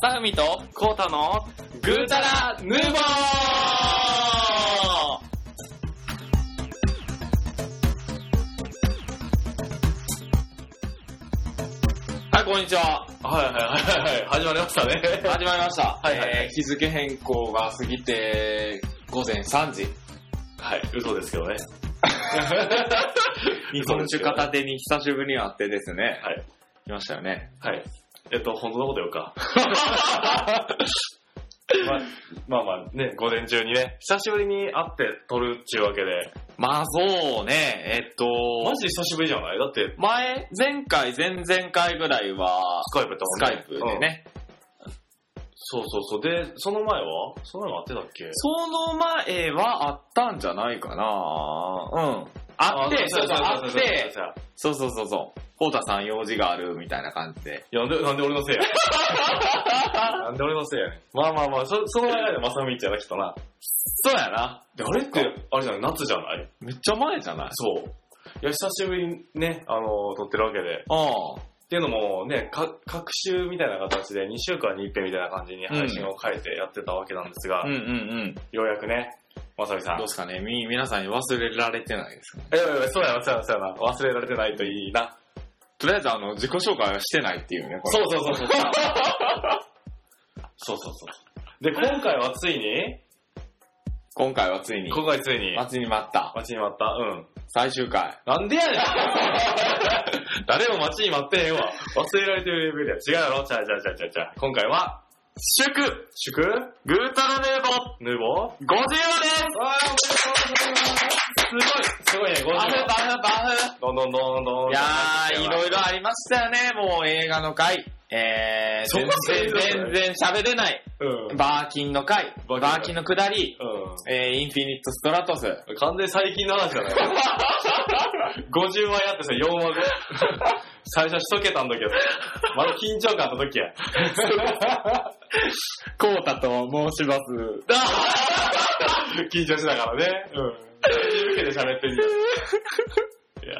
タフミとコータのグータラヌーボーはい、こんにちは。はいはいはいはい、始まりましたね。始まりました。はいはいはいえー日付変更が過ぎて、午前3時。はい、嘘ですけどね。日本酒片手に久しぶりに会ってですね。はい。来ましたよね。はい。えっと、本当のことよか。まあ、まあまあね、午前中にね、久しぶりに会って撮るっちゅうわけで、まあそうね、えっと、マジ久しぶりじゃないだって、前、前回、前々回ぐらいは、スカイプやったスもんカイプで。ね。うんそうそうそう。で、その前はその前も会ってたっけその前はあったんじゃないかなうん。あって、そうそう、あっ。そうそうて、そうそうそうそうそう。コータさん用事があるみたいな感じで。いやなんで、なんで俺のせいや。なんで俺のせいやねん。まあまあまあ、そその前でまさみちゃな、きっとな。そうやな。であれって、あれじゃない、夏じゃないめっちゃ前じゃないそう。いや、久しぶりにね、あの、撮ってるわけで。うっていうのもね、か、各週みたいな形で2週間に一遍みたいな感じに配信を変えてやってたわけなんですが、ん。うんうんうん。ようやくね、まさみさん。どうですかねみ、皆さんに忘れられてないですかねいやいやいや、そうやな、そうやな、そうやな。忘れられてないといいな。とりあえず、あの、自己紹介はしてないっていうね、これ。そう そうそうそう。そうそうそう。で、今回はついに、今回はついに、今回ついに、待ちに待った。待ちに待った。うん。最終回。なんでや ねん誰も待ちに待ってへんわ。忘れられてるレベルや。違うやろちゃうちゃうちゃうちゃうちゃう。今回は、祝祝グータラネーボヌーボー50話ですわーおめでとうございますすごいすごいね、バフ50バフバフどんどんどんどん。いやー、いろいろありましたよね、もう映画の回。えー、そこ全然そこ全然喋れない。うん。バーキンの回、バーキンの回バーキンの下り、うえー、インフィニットストラトス。ん。完全に最近の話じ ゃない ?50 話やってさ、4話ぐらい。最初一桁の時やった。まだ緊張感あった時 や。コータと申します。緊張しながらね。うん。受けて喋ってみる。いや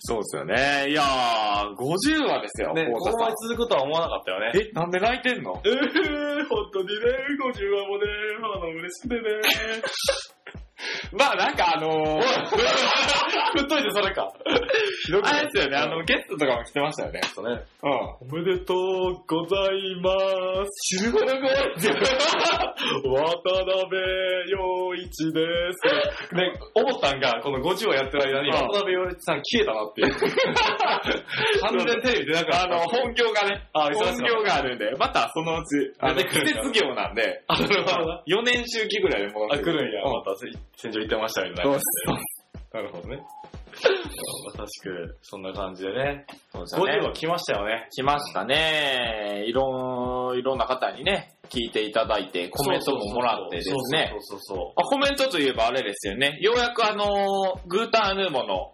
そうですよね。いやー、50話ですよ、ー。ね、コこーこタさまで続くとは思わなかったよねん。。え、なんで泣いてんのうふー、ほんとにね、50話もね、あの、嬉しくてね。まあなんかあ のー、振っといてそれか。ひど あれですよね、あの、ゲストとかも来てましたよね。とね。うん。おめでとうございます。死ぬほど怖い ですよ。渡辺陽一です。ね、思ったんが、この50話やってる間に、うん渡辺陽一さん消えたなっていう。完全テレビ出なかあった。の、本業がね、あ本業があるんで、またそのうち、あの、出てく季るん節業なだんで、あ、なるほどな4年周期ぐらいで戻っあ、て来るんや。うんまた、戦場行ってましたみたいそうなっ。すなるほどね。まさしく、そんな感じでね。そうですよね50話来ましたよね。来ましたね。いろん、いろんな方にね、聞いていただいて、コメントももらってですね。そうそうそうあ、コメントといえばあれですよね。ようやくあのー、グーターヌーボの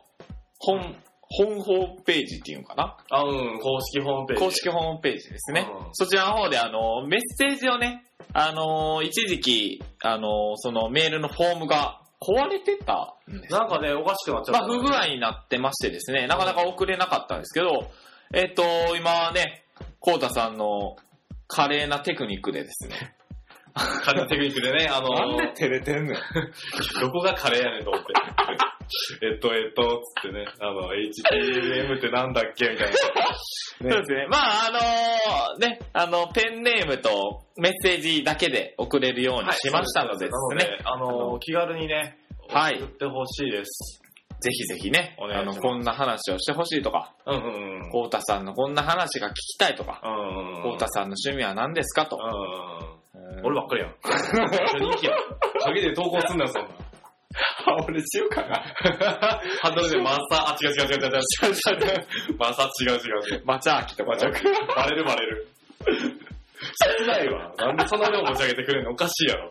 本、本ホームページっていうのかなあ、うん、公式ホームページ。公式ホームページですねう。んそちらの方で、あの、メッセージをね、あの、一時期、あの、そのメールのフォームが壊れてたんです。なんかね、おかしくなっちゃっまた。あ、不具合になってましてですね、なかなか送れなかったんですけど、えっ、と、今ね、コウタさんの華麗なテクニックでですね。カレーテクニックでね、あの、照れてんの どこがカレーやねんと思って。 えっと、えっと、つってね、あの、HTML ってなんだっけみたいそうですね。まあ、あのね、あの、ペンネームとメッセージだけで送れるようにな。しましたのででなのすね、で、あの、気軽にね、はい送ってほしいです。ぜひぜひね、お願あいしまの、すこんな話をしてほしいとか、うんうんうん。コウタさんのこんな話が聞きたいとか、うんうんうん。コウタさんの趣味は何ですかとう。んうんうん。うん俺ばっかりやん。人気やん。 鍵で投稿すんなよ、そんな。俺しようかな。 ハンドルでマーサー、あ、違う違う違う違う違う。マーサー違う違う違う。マチャーキとかバ。レるバレる。少ないわ。なんでそんな量持ち上げてくれんのおかしいやろ。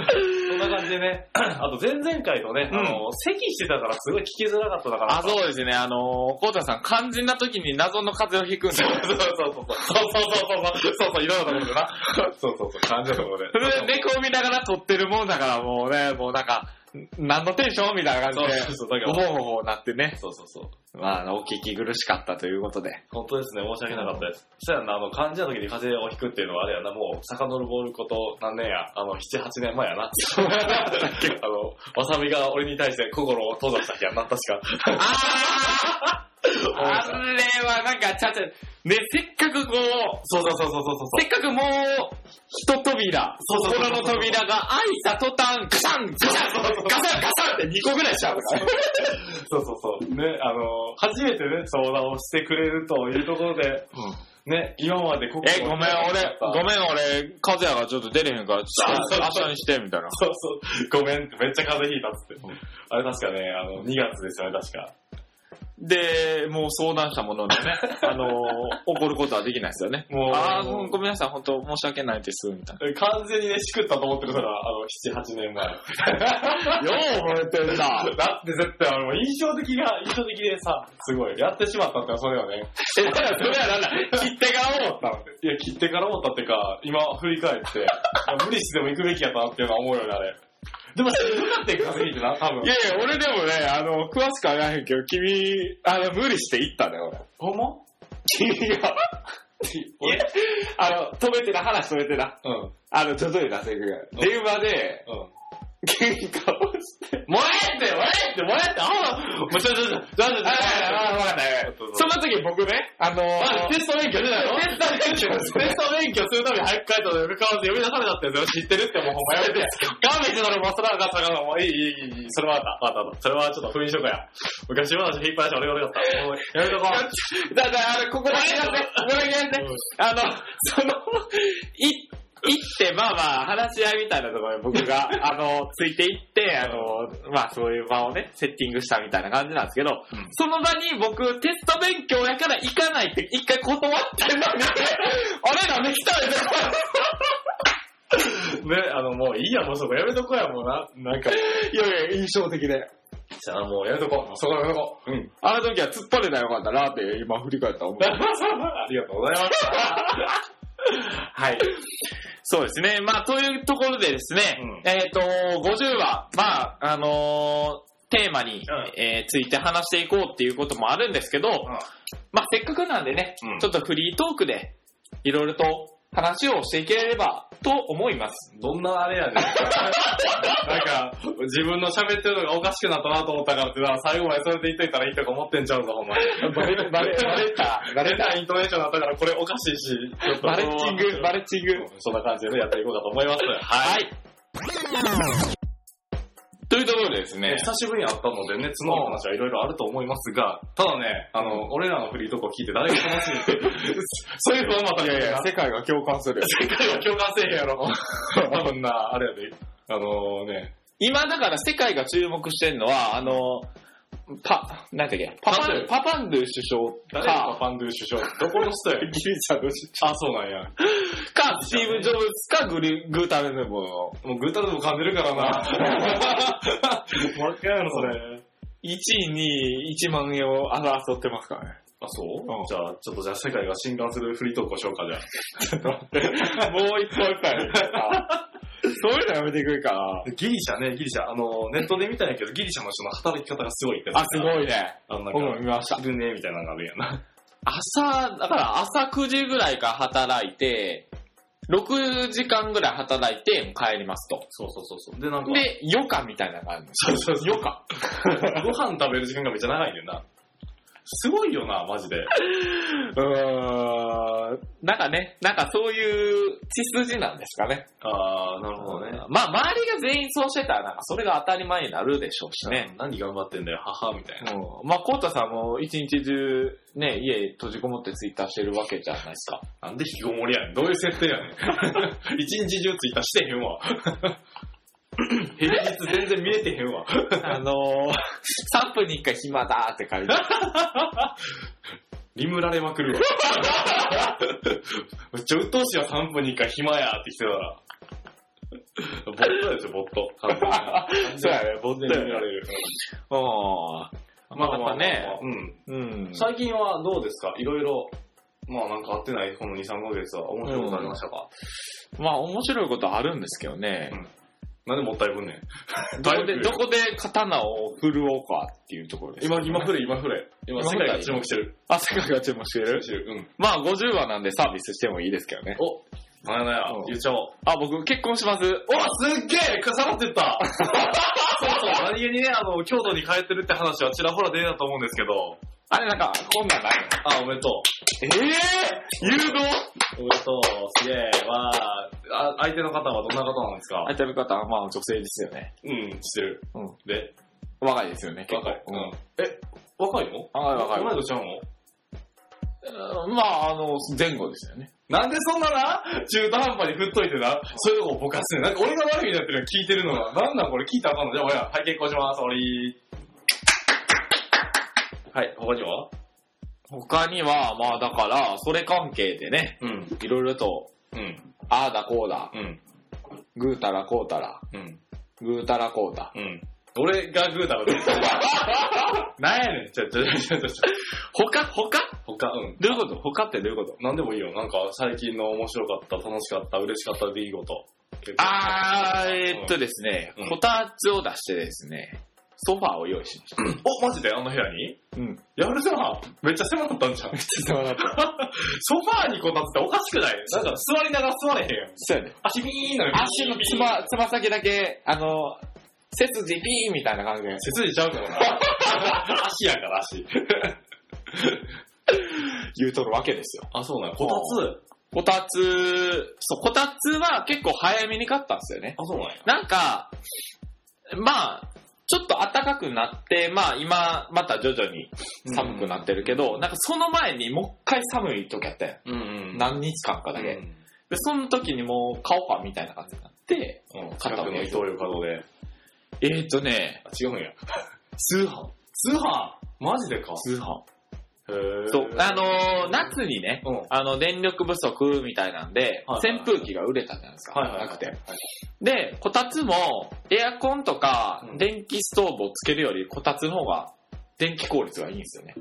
そんな感じでね、あと前々回とね、あの、咳してたからすごい聞きづらかっただから。あ、そうですね。あのー、コウタさん、肝心な時に謎の風邪をひくんで。そうそうそうそう。そうそうそうそう。そうそう、いろんなところでな。そうそうそう、感じたところで。それで猫を見ながら撮ってるもんだから、もうね、もうなんか、何のテンションみたいな感そうじそうそう、だで、かほら、ほほほなってね。そうそうそう。まあ、お聞き苦しかったということで。本当ですね、申し訳なかったです。そやんな、あの、漢字の時に風邪をひくっていうのはあれやな、もう、遡るボールこと何年や、あの、7、8年前やな。あの、わさびが俺に対して心を閉ざした日やな、確か。あああれはなんか、ちゃちゃ、ね、せっかくこう、そうそうそうそうそうそう。せっかくもう、一扉、そうそうそう心の扉が開いた途端、ガシャン、ガシャン、ガシャン、ガシャンって2個ぐらいしちゃうからね。そうそうそう。ね、あの、初めてね、相談をしてくれるというところで、ね、今まで心をえ、ごめん、俺、ごめん、俺、和也がちょっと出れへんから、ちょっとあ明日にして、みたいな。そうそう、ごめんって、めっちゃ風邪ひいたっつって。んあれ確かね、あの、2月ですよね、確か。で、もう相談したもののね、 あのー、怒ることはできないですよね。もうああ、ごめんなさい、本当申し訳ないです、みたいな。完全にね、しくったと思ってるから、あの、7、8年前。よう覚え てるな。だって絶対俺も印象的が、印象的でさ、すごい。やってしまったってのはそれよね。え、だからそれはなんだ、切手が思ったの。いや、切ってから思ったっていうか、今振り返って、いや無理してでも行くべきやったなっていうのは思うよね、あれ。でも、しんどかったよ、稼ぎってな、多分い。やいや、俺でもね、あの、詳しくは言わへんけど、君、あの、無理して行ったね、俺。ほんま君 が。俺いやあの、止めてな、話止めてな。うん。あの、徐々に出せるぐらい。電話で、うん。喧嘩をして。もらえって、もらえって、もらえって、あんもうちょちょちょ、ちょちょちょちょああ、わかんない。その時僕ね、あのあテスト勉強出たよ。テスト勉強テスト勉強するために早く帰ったのに、かわず呼び出されたってやつを知ってるってもうほんまやめて。ガーベージのマスターがさがもういいいいいいいい、それはあった。あったあった。それはちょっと不印象かや。昔話引っ張らして俺が悪かった。もうやめとこう。だから、あの、ここだけやって、ここだけやって、あの、その、い、行って、まあまあ、話し合いみたいなところに僕が、あの、ついていって、あの、まあそういう場をね、セッティングしたみたいな感じなんですけど、んその場に僕、テスト勉強やから行かないって一回断ってんのに、あれなんで来たんだよね、あの、もういいや、もうそこやめとこうや、もうな。なんか、いやいや、印象的で。じゃあもうやめとこう。もうそこやめとこう。うん。あの時は突っ張ればよかったなって、今振り返ったら思う。ありがとうございました。はい。そうですね。まあ、というところでですね、うんえっ、と、50話、まあ、あのーテーマに、んえーついて話していこうっていうこともあるんですけど、まあ、せっかくなんでね、うんちょっとフリートークで、いろいろと話をしていければと思います。どんなあれやねん。なんか、自分の喋ってるのがおかしくなったなと思ったからってな、最後までそれで言っといたらいいとか思ってんちゃうぞ、ほんまに。バレバレバレ たバレたイントネーションだったから、これおかしいし。ちょっとバレッチング、バレッチング。うんそんな感じでね、やっていこうかと思います。はい。というところでですね、久しぶりに会ったのでね、角の話はいろいろあると思いますが、ただね、あの、俺らのフリーとこ聞いて誰が楽しいって、 そういう不安もあったいけどやいや、な世界が共感するよ。世界は共感せえへんやろ。多分な、あれやで。あのね、今だから世界が注目してるのは、あの、パ、なんだっけ、パパンパパンドゥ首相誰がか、パンドゥ首相、どこの人やギリシャの首あ、そうなんや。相か、スティーブ・ジョブズか、グリグータルヌボのもうグータルでも噛んでるからな。もう一回やろ、それ。 1位、2位、1万円を争ってます からね。あ、そう、うんじゃあ、ちょっとじゃあ世界が震撼するフリートークをしようか、じゃあ。ちょっと待って、もう一本一本そういうのやめてくれか。ギリシャね、ギリシャ。あの、ネットで見たんやけど、ギリシャの人の働き方がすごいって。あ、すごい。いね。あの、なん僕もか、見ました。昼寝みたいなのがあるやんな。朝、だから朝9時ぐらいから働いて、6時間ぐらい働いて帰りますと。そうそうそうそう。で、なんか、で、余暇みたいなのがあるん ですそうそうそう 余暇。ご飯食べる時間がめっちゃ長いねんな。すごいよな、マジで。うーんなんかね、なんかそういう血筋なんですかね。 あー、なるほどね。まあ、周りが全員そうしてたら、なんかそれが当たり前になるでしょうしね。ね、何頑張ってんだよ、母みたいな。うん、まあ、コウタさんも一日中、ね、家閉じこもってツイッターしてるわけじゃないですか。なんで引きこもりやねん。どういう設定やねん。 一日中ツイッターしてへん わ。平日全然見えてへんわ。 あのー、3分に1回暇だーって書いてある。リムられまくるわ。 めっちゃ鬱陶しいわ、3分に1回暇やって来てたら。ボットですよ、ボット。完全に そうやね、ぼ完全にリムられる。うん。まあ、やっぱね、うん。うん。最近はどうですかいろいろ、まあなんか会ってないこの2、3ヶ月は面白いことありましたか、まあ、面白いことあるんですけどね。なんでもったいぶんねん。どこで、どここで刀を振るおうかっていうところです、今、今振れ、今振れ。今、今世振れ界が注目してる。あ、世界が注目してるしてる。うん。まあ、50話なんでサービスしてもいいですけどね。お、なんやなんやうん、言っちゃおう。あ、僕結婚します。お、すっげえさらってったそうそう、何気にね、あの、京都に帰ってるって話はちらほら出たと思うんですけど、あれなんか、こんなんないあ、おめでとう。ええ誘導おめでとう、すげえ、わーあ、相手の方はどんな方なんですか相手の方は、まあ、女性ですよね。うん、してる。うんで、若いですよね、結構若い。ううんん。え、若いの若い若い同い年なのうんまあ、あの、前後ですよね。なんでそんなな、中途半端に振っといてな、そういうとこぼかすね。なんか俺が悪いになってるの聞いてるのが、なんなんこれ聞いたらあかんのじゃあ、ほや、はい、結婚します、おりはい、他には他には、まあだから、それ関係でね、うん、いろいろと、うん、ああだこうだ、うん、ぐーたらこうたら、うん、ぐーたらこうた。うん。俺がグー だろ、なんやねん。ちょ、ちょ、ちょ、ちょ、ちょ。他他他、うん。どういうこと他ってどういうことなんでもいいよ。なんか、最近の面白かった、楽しかった、嬉しかった出来事。あー、えーっとうんですね、うんこたつを出してですね、ソファーを用意しました。お、マジであの部屋に うん。やるなめっちゃ狭かったんじゃん。 ソファーにこたつっておかしくないなんか、座りながら座れへんやん。そうやね。足ビーンなる足のつま、つま先だけ、あの、背筋ピーンみたいな感じで。背筋ちゃ うからな。足やから、足。言うとるわけですよ。あ、そうなの。こたつ。こたつ、そう、こたつは結構早めに買ったんですよね。あ、そうなんや。なんか、まあ、ちょっと暖かくなって、まあ今、また徐々に寒くなってるけど、なんかその前にもう一回寒い時あったよ。うんうん。何日間かだけ。うで、んその時にもう買おうかみたいな感じになって、うん。肩肩をの焼伊いて藤洋華堂で。えー、っとね、あ、違うん や。通販。通販マジでか通販。へーそう、あのー夏にね、うん。あの、電力不足みたいなんで、はいはいはい扇風機が売れたじゃないですか。はいはいはいなくて。で、こたつも、エアコンとかうん、電気ストーブをつけるより、こたつの方が、電気効率がいいんですよね。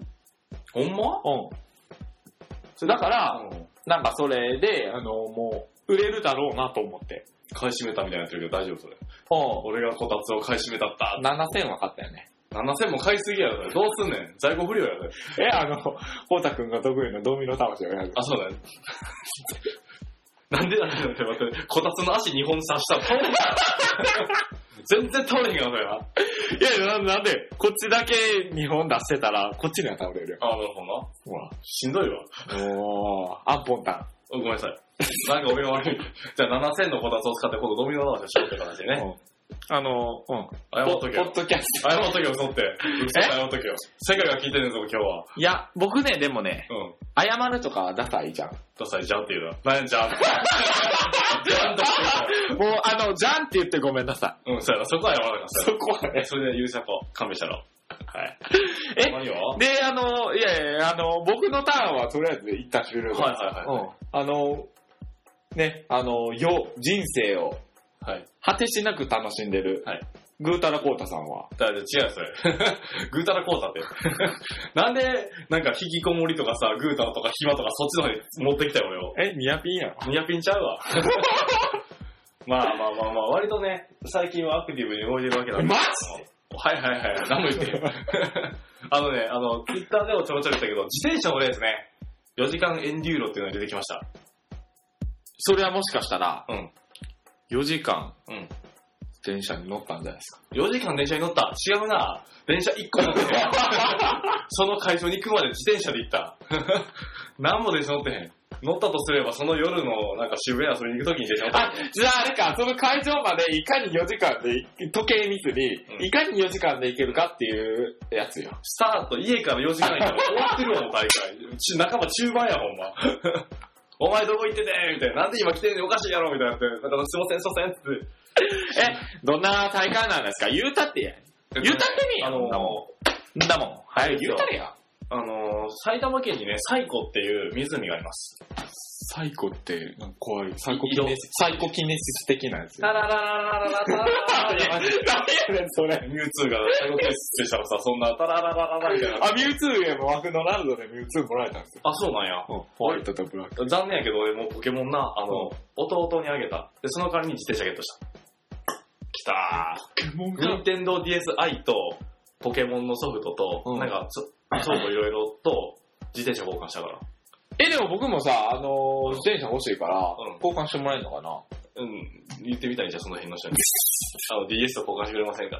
ほんまうん。だから、うんなんかそれで、あの、もう、売れるだろうなと思って。買い占めたみたいになってるけど大丈夫それ。う俺がこたつを買い占めたったん。。7000分かったよね。 7000も買いすぎやろ、それ。どうすんねん。在庫不良やろ、それ。え、あの、こうたくんが得意のドミノ倒しをやる。あ、そうだね。 なんでなんだよ、待って。こたつの足2本刺した の。全然倒れへんやろ、それは。いや、ななんで、こっちだけ日本出してたら、こっちには倒れるよ。あ、なるほどな。ほら。しんどいわ。おー、アンポンタン。ごめんなさい。なんか俺が悪い。じゃあ7000のこたつを使って、今度ドミノ倒しをしようって話でね。うんあの、うん。謝ポっポとけよッ。ドキャスト。謝っとけよ、そって。嘘謝っとけよ。世界が聞いてんねんぞ、今日は。いや、僕ね、でもね、うん。謝るとかダサいじゃ ん。ダサい、じゃんって言うな。なん やじゃん。じゃんとかもう、あの、じゃんって言ってごめんなさ言うなうん、そうやな、そこは謝らなかっい。た。そこはえ、ね。それで勇者と勘弁したろ。はい。え何をで、あの、いやいや、あの、僕のターンはとりあえず一旦終了ですはいはいはうん。あの、ね、あの、よ、人生をはい。果てしなく楽しんでる、はいぐうたらこうたさんは、だから違うよ、それ。 ぐーたらこうたって。 なんで、なんか引きこもりとかさ、ぐーたらとか暇とかそっちの方に持ってきたよ、俺を。え、ニアピンやろ。ニアピンちゃ うわ。まあまあまあまあ、割とね、最近はアクティブに動いてるわけだマジはいはいはい、何も言っ てへんあのね、あの、ツイッターでもちょろちょろ言ったけど、自転車のレースね、4時間エンデューロっていうのが出てきました。それはもしかしたら、うん。 4時間、うん。電車に乗ったんじゃないですか。 4時間電車に乗った。違うな。電車1個乗って へん。その会場に行くまで自転車で行った。 何も電車乗ってへん。乗ったとすれば、その夜のなんか渋谷遊びに行くときに電車乗ったあ。、じゃああれか、その会場までいかに4時間で、時計見ずに、うんいかに4時間で行けるかっていうやつよ。スタート、家から4時間行ったら終わってるわ、もう大会。ち仲間中盤や、ほんま。お前どこ行っててみたいな。なんで今来てんのおかしいやろみたいなって。だからすいません、すいませんって。え、どんな大会なんですか言うたってや。言うたってみや。あのんなもん。んだもん。あはれい、です言ようたれや。あのー埼玉県にね、西湖っていう湖があります。サイコって、なんか怖い。サイコキネシスサイコキネシス的なやつ。タ何ララララララララやねん、それ。ミュウツーが最後決定したらさ、そんな、タラララララみたいな。あ、ミュウツーへもマクドナルドでミュウツーもらえたんですよ。あ、そうなんや。ホワイトとブラック。残念やけど、俺もうポケモンな、あの、う弟にあげた。で、その代わりに自転車ゲットした。来たポケモンー。任天堂 DSi と、ポケモンのソフトと、うんなんか、ちょちょっといろいろと、自転車交換したから。え、でも僕もさ、あのー自転車欲しいからうん、交換してもらえるのかなうん、言ってみたいじゃん、その辺の人に。あの、DS と交換してくれませんか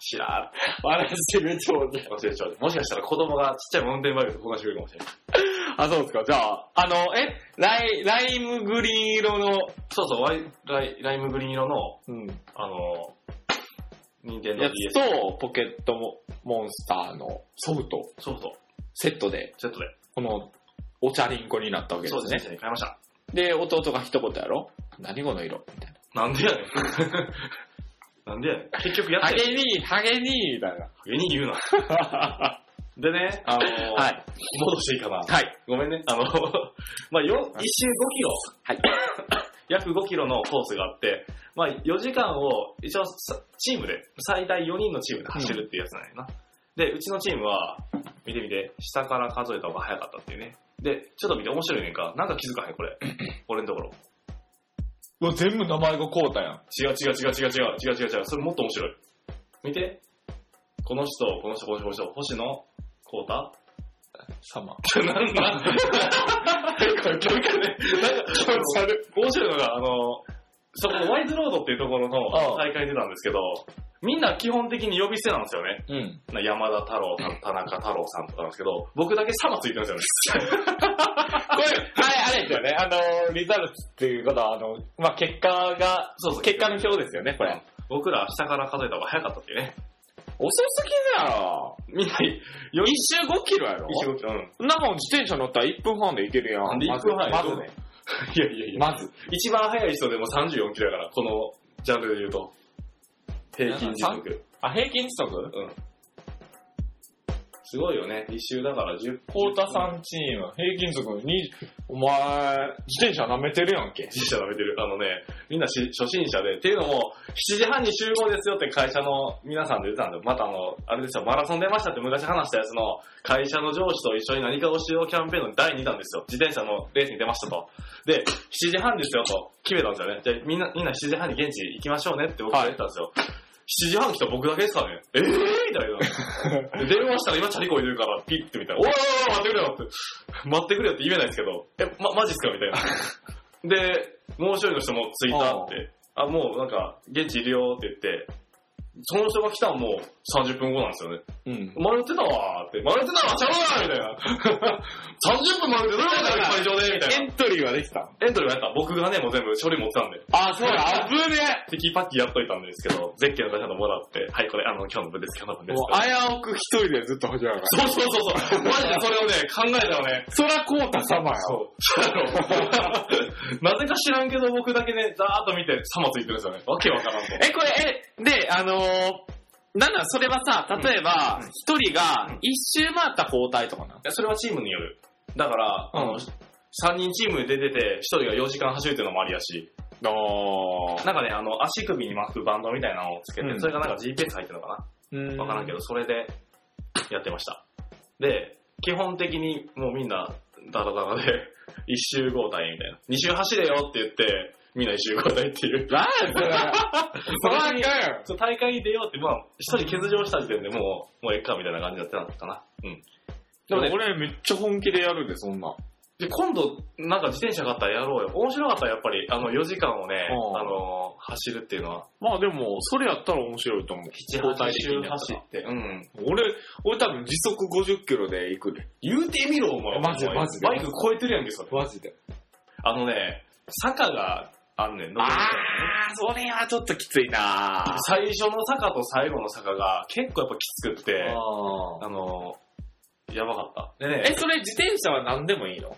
知らー笑ってるちょうって忘れちゃう。もしかしたら子供がちっちゃいマウンテンバイクと交換してくれるかもしれない。あ、そうですか。じゃあ、あの、え、ライライムグリーン色の、そうそう、ワイライライムグリーン色の、うん、あの、任天堂や DS つと、ポケットモモンスターのソフト、ソフト、セットで、セットで、この、お茶リンコになったわけでそうす自ね転。車に変えました。で、弟が一言やろ何この色みたいなんでやねん。 なんでやねん。結局やっな。ハてゲに、ハゲに、みたいな。上に言うな。 でね、あのーはい。戻していいかな。はい。ごめんね。あの、 まあ、よ、一周5キロ。はい。 約5キロのコースがあって、まあ、4時間を、一応さ、チームで、最大4人のチームで走るっていうやつなんやな。で、うちのチームは、見てみて、下から数えた方が早かったっていうね。で、ちょっと見て面白いねんか。なんか気づかへん、こ れ。俺のところ。うわ、全部名前がこうたやん。違う違う違う違う違う違う違う違う。それもっと面白い。見て。この人、この人、この人、この人、星野光太様。なんなんなんかね、なんか、面白いのが、あの、そこ、ワイズロードっていうところあのあ大会に出たんですけど、みんな基本的に呼び捨てなんですよね。うん。な山田太郎さん、田中太郎さんとかなんですけど、僕だけ様ついてますよね。これ、あれ、あれですよね。あの、リザルツっていうことは、あの、まあ、結果が、そうそう結果の表ですよね、これ。僕ら下から数えた方が早かったっていうね。遅すぎだろ。みんな、一周5キロやろ一応、うん。そんなもん自転車乗ったら1分半で行けるやん。なんで1分半まずね。いやいやいや。まず。一番速い人でも34キロやから、このジャンルで言うと。平均時速。あ、平均時速すごいよね。一周だから10コータさんチーム、平均時速に、お前、自転車舐めてるやんけ。自転車舐めてる。あのね、みんなし初心者で、っていうのも、7時半に集合ですよって会社の皆さんで言ってたんで、またあの、あれですよ、マラソン出ましたって昔話したやつの、会社の上司と一緒に何かをしようキャンペーンの第2弾ですよ。自転車のレースに出ましたと。で、7時半ですよと決めたんですよね。じゃあみんな、みんな7時半に現地行きましょうねって僕が言ったんですよ。7時半来た僕だけですからね。えぇーみたいな。で電話したら今チャリこいでるから、ピッてみたら、おいおいおい待ってくれよって。待ってくれよって言えないんですけど、え、ま、マジっすかみたいな。で、もう一人の人も着いたって、あ、もうなんか、現地いるよって言って、その人が来たのもう30分後なんですよね。うん。迷ってたわーって、迷ってたわ、ちゃうなーみたいな。30分迷ってどうやったら会場でみたエいントリーはできたな。エントリーはやった。僕がね、もう全部処理持ってたんで、あ、そうだ、危ねテキパッキやっといたんですけど、ゼッケンの方のもらって、はい、これ、あの、今日の分です、今日のえ。分でも。う、危すうく一人でずっと走らない。そうそうそう そう。マジでそれをね、考えたらね、そらコータ様や。そう。なぜか知らんけど僕だけね、ざーっと見て、さまついてるんですよね。わけわからんと。え、これ、え、で、あのー、なんなんそれはさ、例えば、一人が一周回った交代とかなのいやそれはチームによる。だから、あうのん3人チームで出てて、1人が4時間走るっていうのもありやし、あなんかね、あの、足首に巻くバンドみたいなのをつけて、うんそれがなんか GPS 入ってるのかーなわからんけど。ど、それでやってました。で、基本的にもうみんな、ダラダラで、1周交代みたいな。2周走れよって言って、みんな1周交代っ ていう。なんやそれ。そらあかんやん。そう大会に出ようって、まあ、1人欠場した時点でもう、もうええかみたいな感じになってたのかな。うん。ででももね俺めっちゃ本気でやるで、そんな。で、今度、なんか自転車があったらやろうよ。面白かったらやっぱり、あの、4時間をね、うんあの、走るっていうのは、まあでも、それやったら面白いと思う。交代的にやった走らって。うん。俺、俺多分時速50キロで行くで。言うてみろ、お前。マジでお前マジでバイク超えてるやんけ、それ。マジで。あのね、坂があんねん、登あるとこー、それはちょっときついな最初の坂と最後の坂が結構やっぱきつくって、ああの、やばかった。でえ、ね、それ自転車は何でもいいの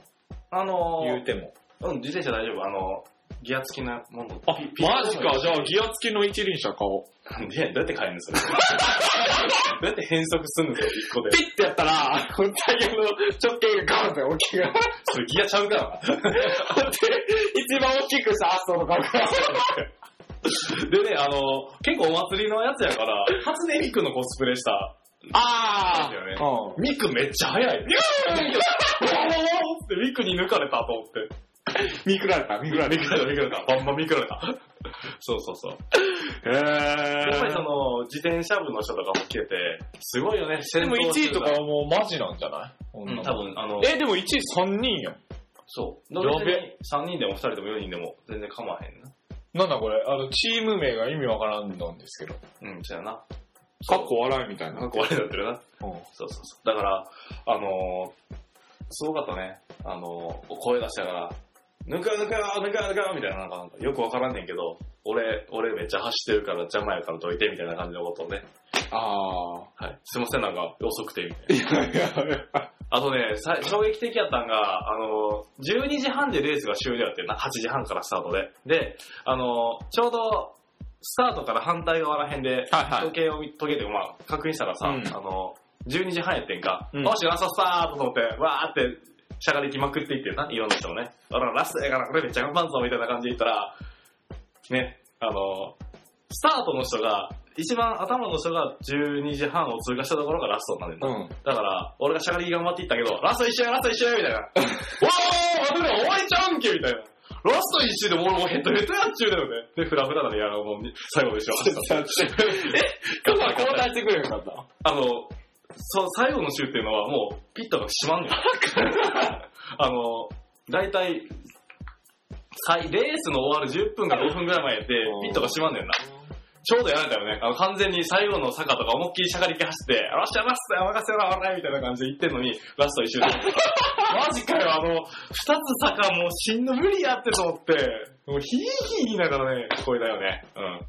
あの、言うても。うん、自転車大丈夫。あの、ギア付きのもの。ピピマジか、じゃあギア付きの一輪車買おう。なんでやねんどうやって買えんのそれ。どうやって変速すんのそれ、一個で。ピッてやったら、このタイヤの直径がガーンって大きくなって、それギアちゃうから。一番大きくしたアストの格好。でね、あの、結構お祭りのやつやから、初音ミクのコスプレした。あだよねー。うん。ミクめっちゃ速い。ミクってミクに抜かれたと思って。見くられた、見くられ見くられた、見くられた。バンバン見くられた。そうそうそう。た。へやっぱりそー。の、自転車部の人とかも来てて、すごいよね。でも戦闘1集位と団かはもうマジなんじゃないうん女の多子分、あの、え、でも1位3人やん。そう。ややべべ。3人でも2人でも4人でも全然構わへんな。なんだこれあの、チーム名が意味わからんなんですけど。うん、そうやな。かっこ笑いみたいなな。んか悪いなってるな。うんそうそうそう。だから、あのーすごかったね。あのーお声出したから、抜か抜か抜か抜かみたいな、なんかなんかよくわからんねんけど、俺、俺めっちゃ走ってるから邪魔やからどいてみたいな感じのことをね。ああ。はい。すいません、なんか遅くてみたいな。 いやいや、あとね、さ衝撃的やったんが、あのー、12時半でレースが終了やってんな、8時半からスタートで。で、あのーちょうど、スタートから反対側ら辺はで、いはい時計を見、時計で、まあ、確認したらさ、うんあのー、12時半やってんか、うんよし、ラストスタートと思って、わーって、しゃがりきまくっていってんな、いろんな人もね。あら、ラストやから、これめっちゃ頑張んぞ、みたいな感じで言ったら、ね、あのースタートの人が、一番頭の人が12時半を通過したところがラストになんねんな。うん。だから、俺がしゃがり頑張っていったけど、ラスト一周やラスト一周やみたいな。わーおー、待てろ、終わりちゃうんけみたいな。ラスト一周でもう俺もうヘトヘトやっちゅうだよね。で、フラフラだね、やらもうに、最後でしょ。え今交代してくれよかった。あの、そう、最後の週っていうのはもう、ピットが閉まん ねん。あの、大体、最、レースの終わる10分か5分ぐらい前で、ピットが閉まんねんな。ちょうどやられたよね。あの、完全に最後の坂とか思いっきりしゃがりき走って、よっしゃ、ラストや、任せろ、おらみたいな感じで言ってんのに、ラスト 一周で。マジかよ、あの、二つ坂もう死んの無理やってと思って、もうヒーヒー言いながらね、声だよね。うん。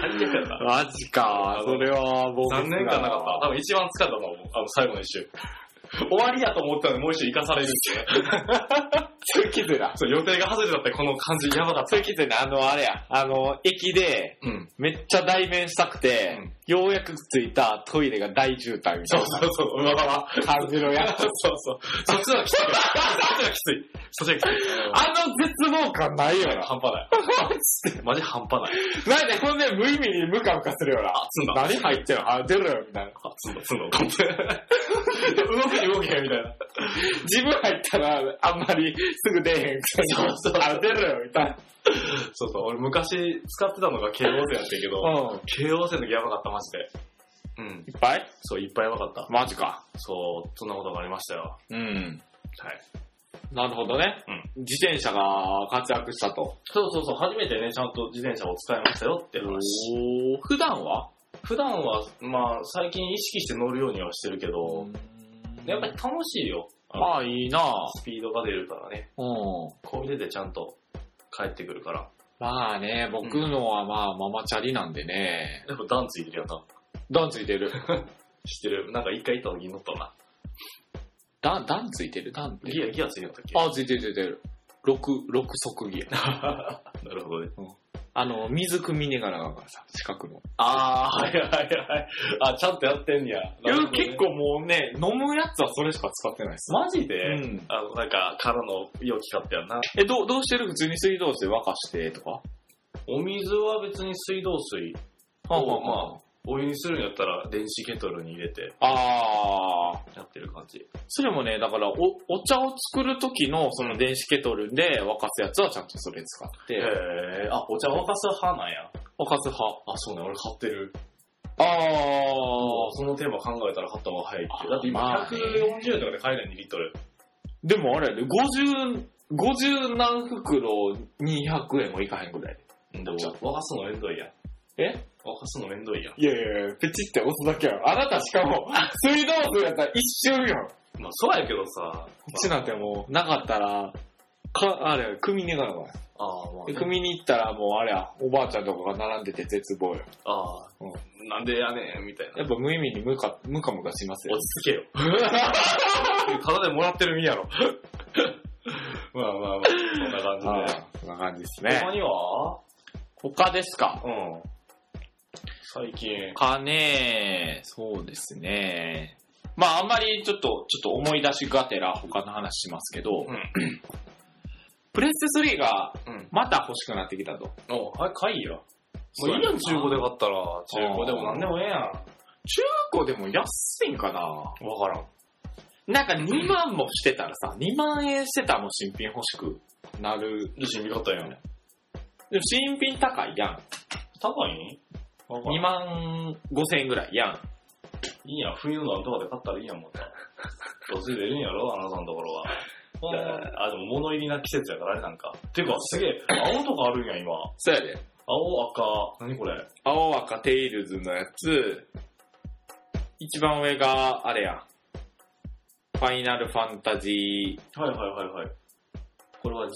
最悪やった。マジか。それは、僕。残念かなか った。多分一番疲れたと思う。あの、最後の一周。終わりやと思ったのにもう一周行かされるっていう。それきついな。そう、予定が外れたってこの感じやばかっそた。れきついな。あの、あれや。あの、駅で、うん。めっちゃ代弁したくて、ようやく着いたトイレが大渋滞みたいそうそうそう、うわわわ。な感じのやつ。そうそう。そっちはきつい。そっちはきつい。そっちはきつい。あの絶望感ないよあ、な。半端ない。マジ半端ない。なんでほんで無意味にムカムカするよな。あ、積んだ。何入ってんのあ、出ろよ、みたいな。あ、積んだ、積んだ。動け動けみたいな。自分入ったら、あんまりすぐ出えへんくせに。そうそうあ、出ろよ、みたいな。そうそう、俺昔使ってたのが慶応生やってんけど、うん。慶応生の時やばかった、マジで。うん。いっぱいそう、いっぱいやばかった。マジか。そう、そんなことがありましたよ。うん。はい。なるほどね。自転車が活躍したと。そうそうそう、初めてね、ちゃんと自転車を使いましたよっていう話。お普段は普段は、まあ、最近意識して乗るようにはしてるけど、やっぱり楽しいよ。まあいいなスピードが出るからね。うん。こう出てちゃんと帰ってくるから。まあね、僕のはまあママチャリなんでね。やっぱダンついてるよな。段ついて る。知ってるなんか一回行った時に乗ったな。段、段ついてる段って。ギア、ギアついてたっけあ、ついてるついてる。六、六足ギア。なるほどね。あの、水汲みながらだからさ、近くの。あー、はいはいはい。あ、ちゃんとやってんや。なるほどね結構もうね、飲むやつはそれしか使ってないです。マジで、うんあの、なんか、からの容器買ったやんな。え、どう、どうしてる普通に水道水沸かしてとか。お水は別に水道水を、まあ、お湯にするんやったら電子ケトルに入れてあ。ああ。やってる感じ。それもね、だからお、お茶を作る時の、その電子ケトルで沸かすやつはちゃんとそれ使って、へーあ、お茶沸かす派なんや。沸かす派。あ、そうね、俺買ってる。あああ。そのテーマ考えたら買った方が早いって。あだって今、まあね140円とかで買えない2リットル。でもあれやで、50、50何袋200円もいかへんぐらい。でも、沸かすのめんどいやん。え沸かすのめんどいやん。いやいやいや、ペチって押すだけやろ。あなたしか も、水道水やったら一瞬やん。こまあ、そうやけどさ。まあっちなんてもう、なかったら、か、あれ、組みに行かなあかんああ、まあでね、組みに行ったらもうあれや、おばあちゃんとかが並んでて絶望よ。ああ、なんでやねん、みたいな。やっぱ無意味にムカ、ムカムカしますよ落。ち着けよ。 ただでもらってる身やろ。 まあまあまあ、そんな感じあで。あ、そんな感じです他ね。には他ですかうん。最近。かねそうですね。まああんまりちょっと、ちょっと思い出しがてら他の話しますけど、うプレステ3がうん。また欲しくなってきたと。おはい、買いや。もそううやいいなやん、中古で買ったら。中古でもなんでもええやん。中古でも安いんかなわからん。なんか2万もしてたらさ、2万円してたらもう新品欲しくなる。で、新品買ったんやん。でも新品高いやん。高い高い2万5千円ぐらいやん。いいやん、冬のなんとかで買ったらいいやん、もう。どうせ出るんやろ、あなたのところは。ほんあ、でも物入りな季節やからあれなんか。てか、すげえ、青とかあるんや、今。そうやで。青、赤、何これ。青赤テイルズのやつ、一番上が、あれやん。ファイナルファンタジーはいはいはいはい。これは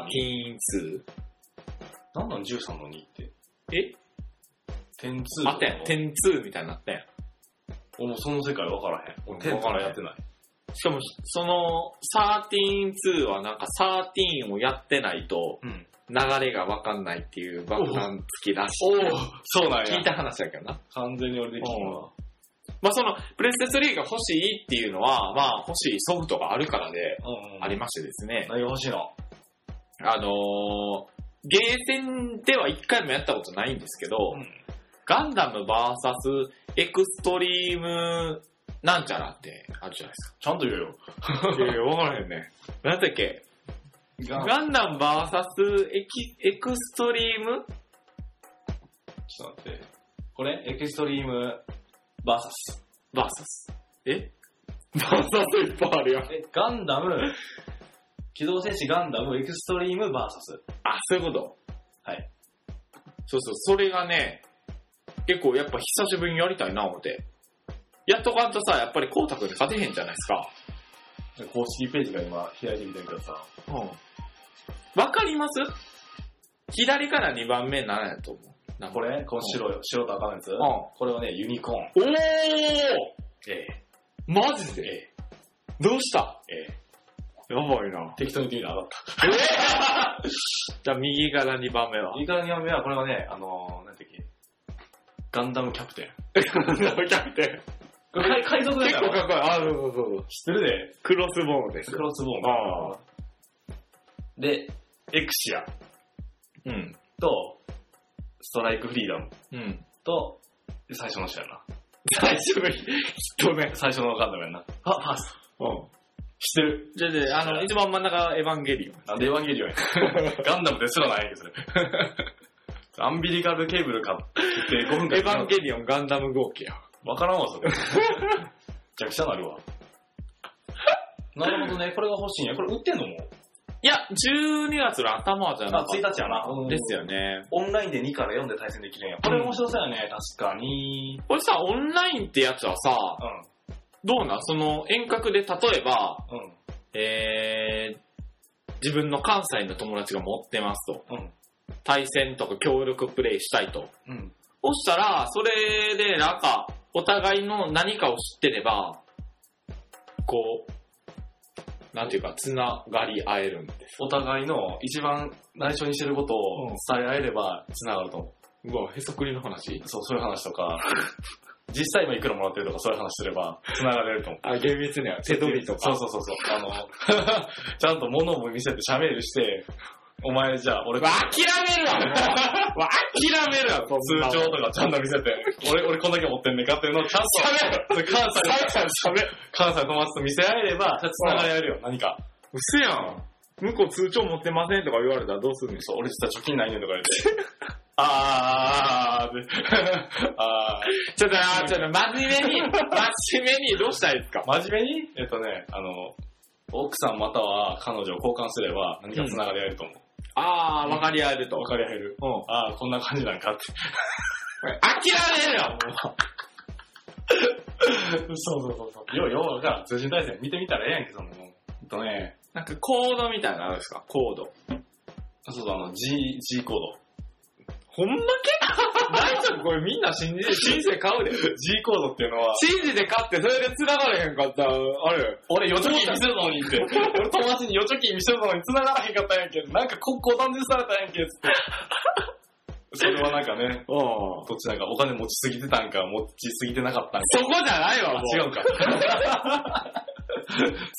13の2。 13-2。何なん13の2って。え点2。あったやん。点2みたいになったやん。俺もうその世界分からへん。うん俺10分からへんやってない。しかも、その、13-2はなんか13をやってないと、うん。流れがわかんないっていう爆弾付きらしおおそうなんや。聞いた話だけどな。完全に俺できんわ。まあその、プレステ3が欲しいっていうのは、まあ欲しいソフトがあるからで、うんうん。ありましてですね、何が欲しいのあのー、ゲーセンでは一回もやったことないんですけど、ん。ガンダム VS エクストリームなんちゃらってあるじゃないちゃんと言えよ。ですか。いやいや、わからへんね。なんだっけガンダム VS エキエクストリームちょっと待って。これ、エクストリーム、バーサス。 ?VS。え ?VS いっぱいあるやん。え、ガンダム、機動戦士ガンダム、エクストリーム、バーサス。あ、そういうことはい。そうそう、それがね、結構やっぱ久しぶりにやりたいな、思って。やっとかんとさ、やっぱり光沢で勝てへんじゃないですか。公式ページが今、開いてみてるからさ。うん。わかります左から2番目なんやと思う。なんかこれ、この白い、白と赤のやつ。これはね、ユニコーン。うん。おーええ。マジでどうしたええやばいな。適当に言ってみたら上がっ じゃあ右から2番目は た。。イカの2番目は、これはね、あのー、なんていうっけガンダムキャ プテン。キャプテン。これ、海海賊だ結構よ。 かっこいい。あ、そうそうそう。知ってるで。クロスボーンですク。ロスボーン。あで、エクシアうん。と、ストライクフリーダムうん。と、最初の人やな。最初の人ね。最初のガンダムやんな。あ、パス。うん。知ってる。じゃあじゃあ、あの、一番真ん中、エヴァンゲリオン。なんでエヴァンゲ リオンやねんガンダムですらないんですよ。アンビリカルケーブル買って5分間。エヴァンゲリオン、ガンダム号機や。わからんわ、それ。弱者なるわ。なるほどね、これが欲しいんや。これ売ってんのもういや、12月の頭じゃなかった。日やな。うんですよね。オンラインで2から4で対戦できるんや。これ面白そうやね、確かに。これさ、オンラインってやつはさ、うどうなんその遠隔で、例えば、ん、うん、えー、自分の関西の友達が持ってますと。うん、対戦とか協力プレイしたいと。うん。そしたら、それで、なんか、お互いの何かを知ってれば、こう、なんていうか、つながり合えるんです。お互いの一番内緒にしてることを伝え合えれば繋がると思う。うわ、へそくりの話。そう、そういう話と か、実際今いくらもらってるとかそういう話すれば繋がれると思う。あ、厳密には手取りとか。そうそうそうそう。あの、 ちゃんと物も見せて喋りして、お前じゃあ俺うわ諦めるわもう わ諦めるわ通通帳とかちゃんと見せて、俺、俺こんだけ持ってんねんかっていうのをちゃんと、それ関西の、関西の友達と見せ合えれば、繋がり合えるよ、何か。うせやん。向こう通帳持ってませんとか言われたらどうするんでしそう、俺実は貯金ないねんとか言って。 あー、で あょちょっと、あちょっと、真面目に、真面目にどうしたらいいですかー、真面目にえっとね、あの、奥さんまたは彼女を交換すれば、何か繋がり合えると思う。あー、分かり合えると。分かり合える。うん。あー、こんな感じなんかって。諦めるわもそうそうそうそう。よう、ようが通信対戦見てみたらええやんけ、その、もうえっとね、うなんかコードみたいなのあるんですかコード。そうそう、あの、G、G コード。ほんまけ 大丈夫これみんな信 じて、信じて買うで。 G コードっていうのは、信じて買って、それで繋がれへんかったら、あれ。俺、預貯金見せるのにって。俺、友達に預貯金見せるのに繋がらへんかったんやけど、なんかこ、こ断絶されたんや けど、つって。それはなんかうね、ん。そどっちなんかお金持ちすぎてたんか、持ちすぎてなかったんか。こじゃないわ、もう。違うか。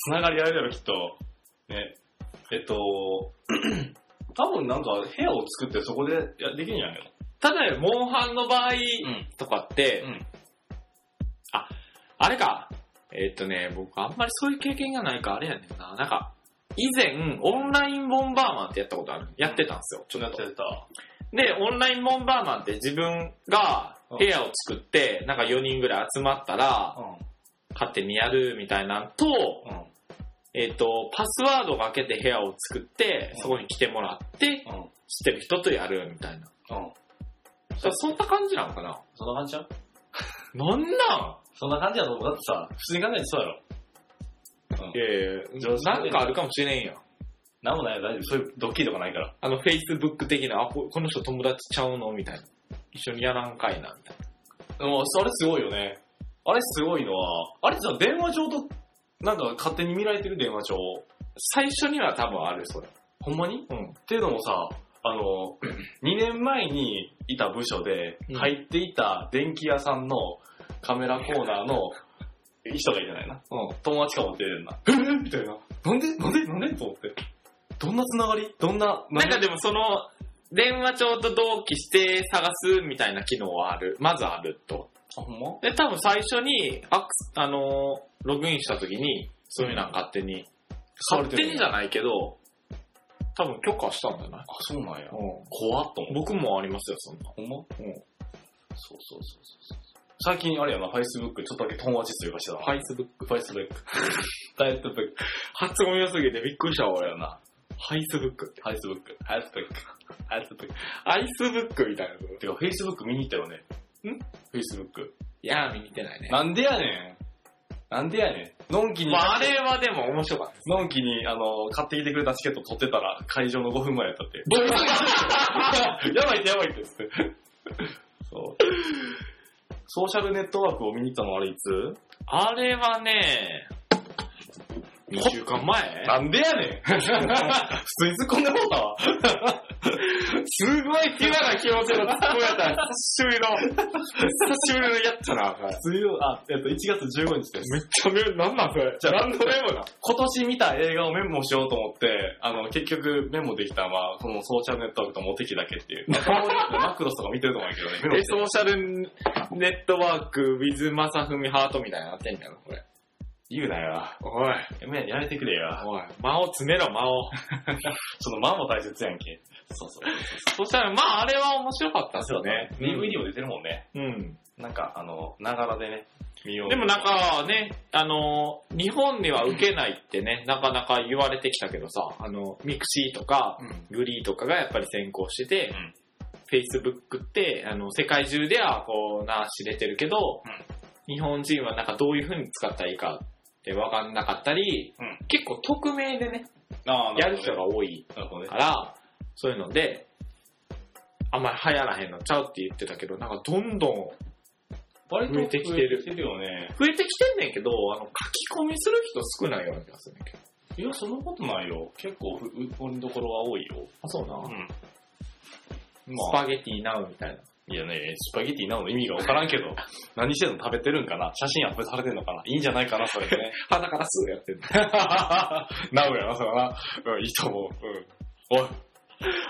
繋がりあるやろ、きっと。ね。えっ と、多分なんか部屋を作ってそこでやできるんやねただよ、モンハンの場合ん。とかって、うんあ、あれか、ええーっとね、僕あんまりそういう経験がないからあれやねんな。なんか、以前、オンラインボンバーマンってやったことある。やってたんですよ、ちょやっっとて。た。で、オンラインボンバーマンって自分が部屋を作って、なんか4人ぐらい集まったら、う勝手にやるみたいなんと、ん。うん。えっ、と、パスワードが開けて部屋を作って、うんそこに来てもらって、うん。うん。知ってる人とやるみたいな。だからそんな感じなのか なそんな感じじゃんなんなんそんな感じやと思う。だってさ、普通に考えてそうやろ。うんい。やい常や、識なんかあるかもしれんやん。なんもないよ、大丈夫。そういうドッキリとかないから。あの、Facebook 的な、あ、ここの人友達ちゃうのみたいな。一緒にやらんかいな、みたいな。でも、あれすごいよね。あれすごいのは、あれさ、電話帳と、なんか勝手に見られてる電話帳。最初には多分ある、それ。ほんまにうん。っていうのもさ、あの、2年前にいた部署で、うん入っていた電気屋さんのカメラコーナーの人がいてないな。うん。友達かもってるな。えーみたいな。なんでなんでなんでと思って。どんなつながりどんな、なんかでもその、電話帳と同期して探すみたいな機能はある。まずあると。あ、ほんまで、多分最初に、アクス、あのーログインした時に、そういうのは勝手に、使われ勝てる手にじゃないけど、多分許可したんじゃないあ、そうなんや。怖っと思う。僕もありますよ、そんな。ほんまうん。そうそうそうそう。最近あれやな、Facebook ちょっとだけ友達というかしてたな。ファイスブック。ファイス ブック。ダイエットブック。発音良すぎてびっくりしたわ、俺はな。ファイスブックって。ファイスブック。ファイスブック。ファイスブック。アイスブックみたいな。いてか、フェイスブック見に行ったよね。んフェイスブック。やー、見に行ってないね。なんでやねん。なんでやねん。のんきに、まあ、あれはでも面白かったです。のんきに、あの、買ってきてくれたチケット取ってたら、会場の5分前やったって。 やばいってやばいってっつって。そう。ソーシャルネットワークを見に行ったのあれいつあれはね、2週間前なんでやねん普通に突っ込んでもうたわ。すごいピュアな気持ちの突っ込みやった。久しぶりの、久しぶりのやったな。普通に、あ、えっと、1月15日です。めっちゃめ、なんなんそれ。じゃあなんのメモだ。今年見た映画をメモしようと思って、あの、結局メモできたのは、そのソーシャルネットワークとモテキだけっていう。マクロスとか見てると思うけどね。メモえ、してソーシャルネットワーク、ウィズ、マサフミ、ハートみたいなのあってんだよ、 これ。言うなよ。おい、やめやめてくれよ。おい、間を詰めろ、間を。その間も大切やんけ。そうそう。ソーシャル、まあ、あれは面白かったですよね。 DVD も出てるもんね。うん。なんか、あの、ながらでね、見よう。でもなん、かね、あの、日本では受けないってね、なかなか言われてきたけどさ、あの、ミクシーとか、うん。グリーとかがやっぱり先行してて、うんフェイスブックってあの世界中ではこうな知れてるけど、日本人はなんかどういう風に使ったらいいかって分かんなかったり、う結構匿名でね、ああ、やる人が多いなるほどね。から、そういうので、あんまり流行らへんのちゃうって言ってたけど、なんかどんどん割と増えてきてる増えてきてるよね。増えてきてんねんけど、あの書き込みする人少ないような気がするねんけど。いや、そんなことないよ。結構、ふうこりどころは多いよ。あ、そうな。ん。スまあパゲティナウみたいな。いやね、スパゲティなの意味がわからんけど、 何してんの食べてるんかな写真アップされてんのかないいんじゃないかな、それでね。鼻からすぐやってる。 なおやな、それはな。うん、いいと思う。うん。おい、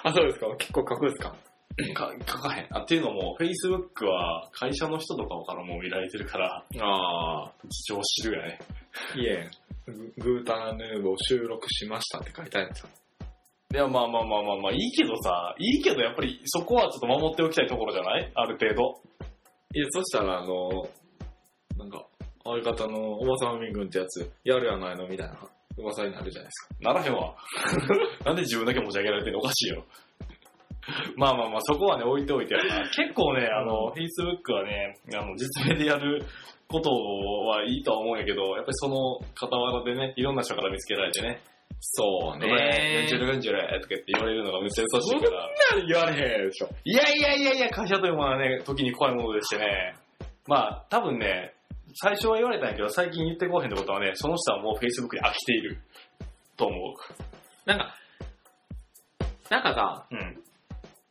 あ、そうですか結構かっこいいですかか、書かへん。あ、っていうのも、Facebook は会社の人とかからも見られてるから、ああ。事情を知るやね。いえ、ググーターヌーボー収録しましたって書いてあるんですよ。いや、まあまあまあまあまあ、いいけどさ、いいけどやっぱりそこはちょっと守っておきたいところじゃないある程度。いや、そしたら、あの、なんか、相方のおばさんみぐんってやつ、やるやないのみたいな噂になるじゃないですか。ならへんわ。 なんで自分だけ持ち上げられてんのおかしいよ。 まあまあまあ、そこはね、置いておいてやな。結構ね、あの、Facebook はね、あの、実名でやることはいいとは思うんやけど、やっぱりその傍らでね、いろんな人から見つけられてね、そうごめん、うんちゅるうんちゅるとかって言われるのがめっちゃ優しいから。そんなん言われへんでしょ。いやいやいやいや、会社というものはね、時に怖いものでしてね。まあ、多分ね、最初は言われたんやけど、最近言ってこうへんってことはね、その人はもう Facebook に飽きている。と思なんか、なんかさ、う。うん。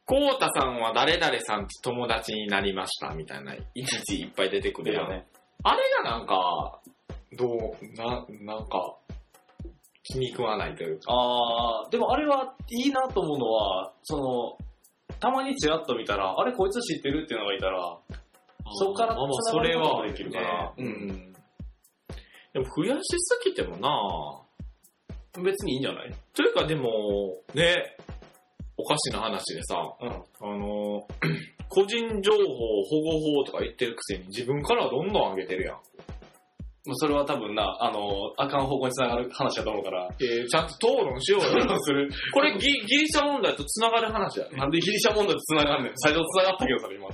こうたさんは誰々さんと友達になりましたみたいな、いちいちいっぱい出てくるやん。ね。あれがなんか、どう、な、なんか、気に食わないというか。あー、でもあれはいいなと思うのは、その、たまにチラッと見たら、あれこいつ知ってるっていうのがいたら、そこからまあまあつそながれることはができるからうん。でも増やしすぎてもな別にいいんじゃないというかでも、ね、おかしな話でさ、うんあの、 個人情報保護法とか言ってるくせに自分からどんどん上げてるやん。もうそれは多分な、あの、あかん方向に繋がる話だと思う から、えーちゃんと討論しようよ。 する。これギギリシャ問題と繋がる話だね。なんでギリシャ問題と繋がんねん。最初繋がったけどさ、今。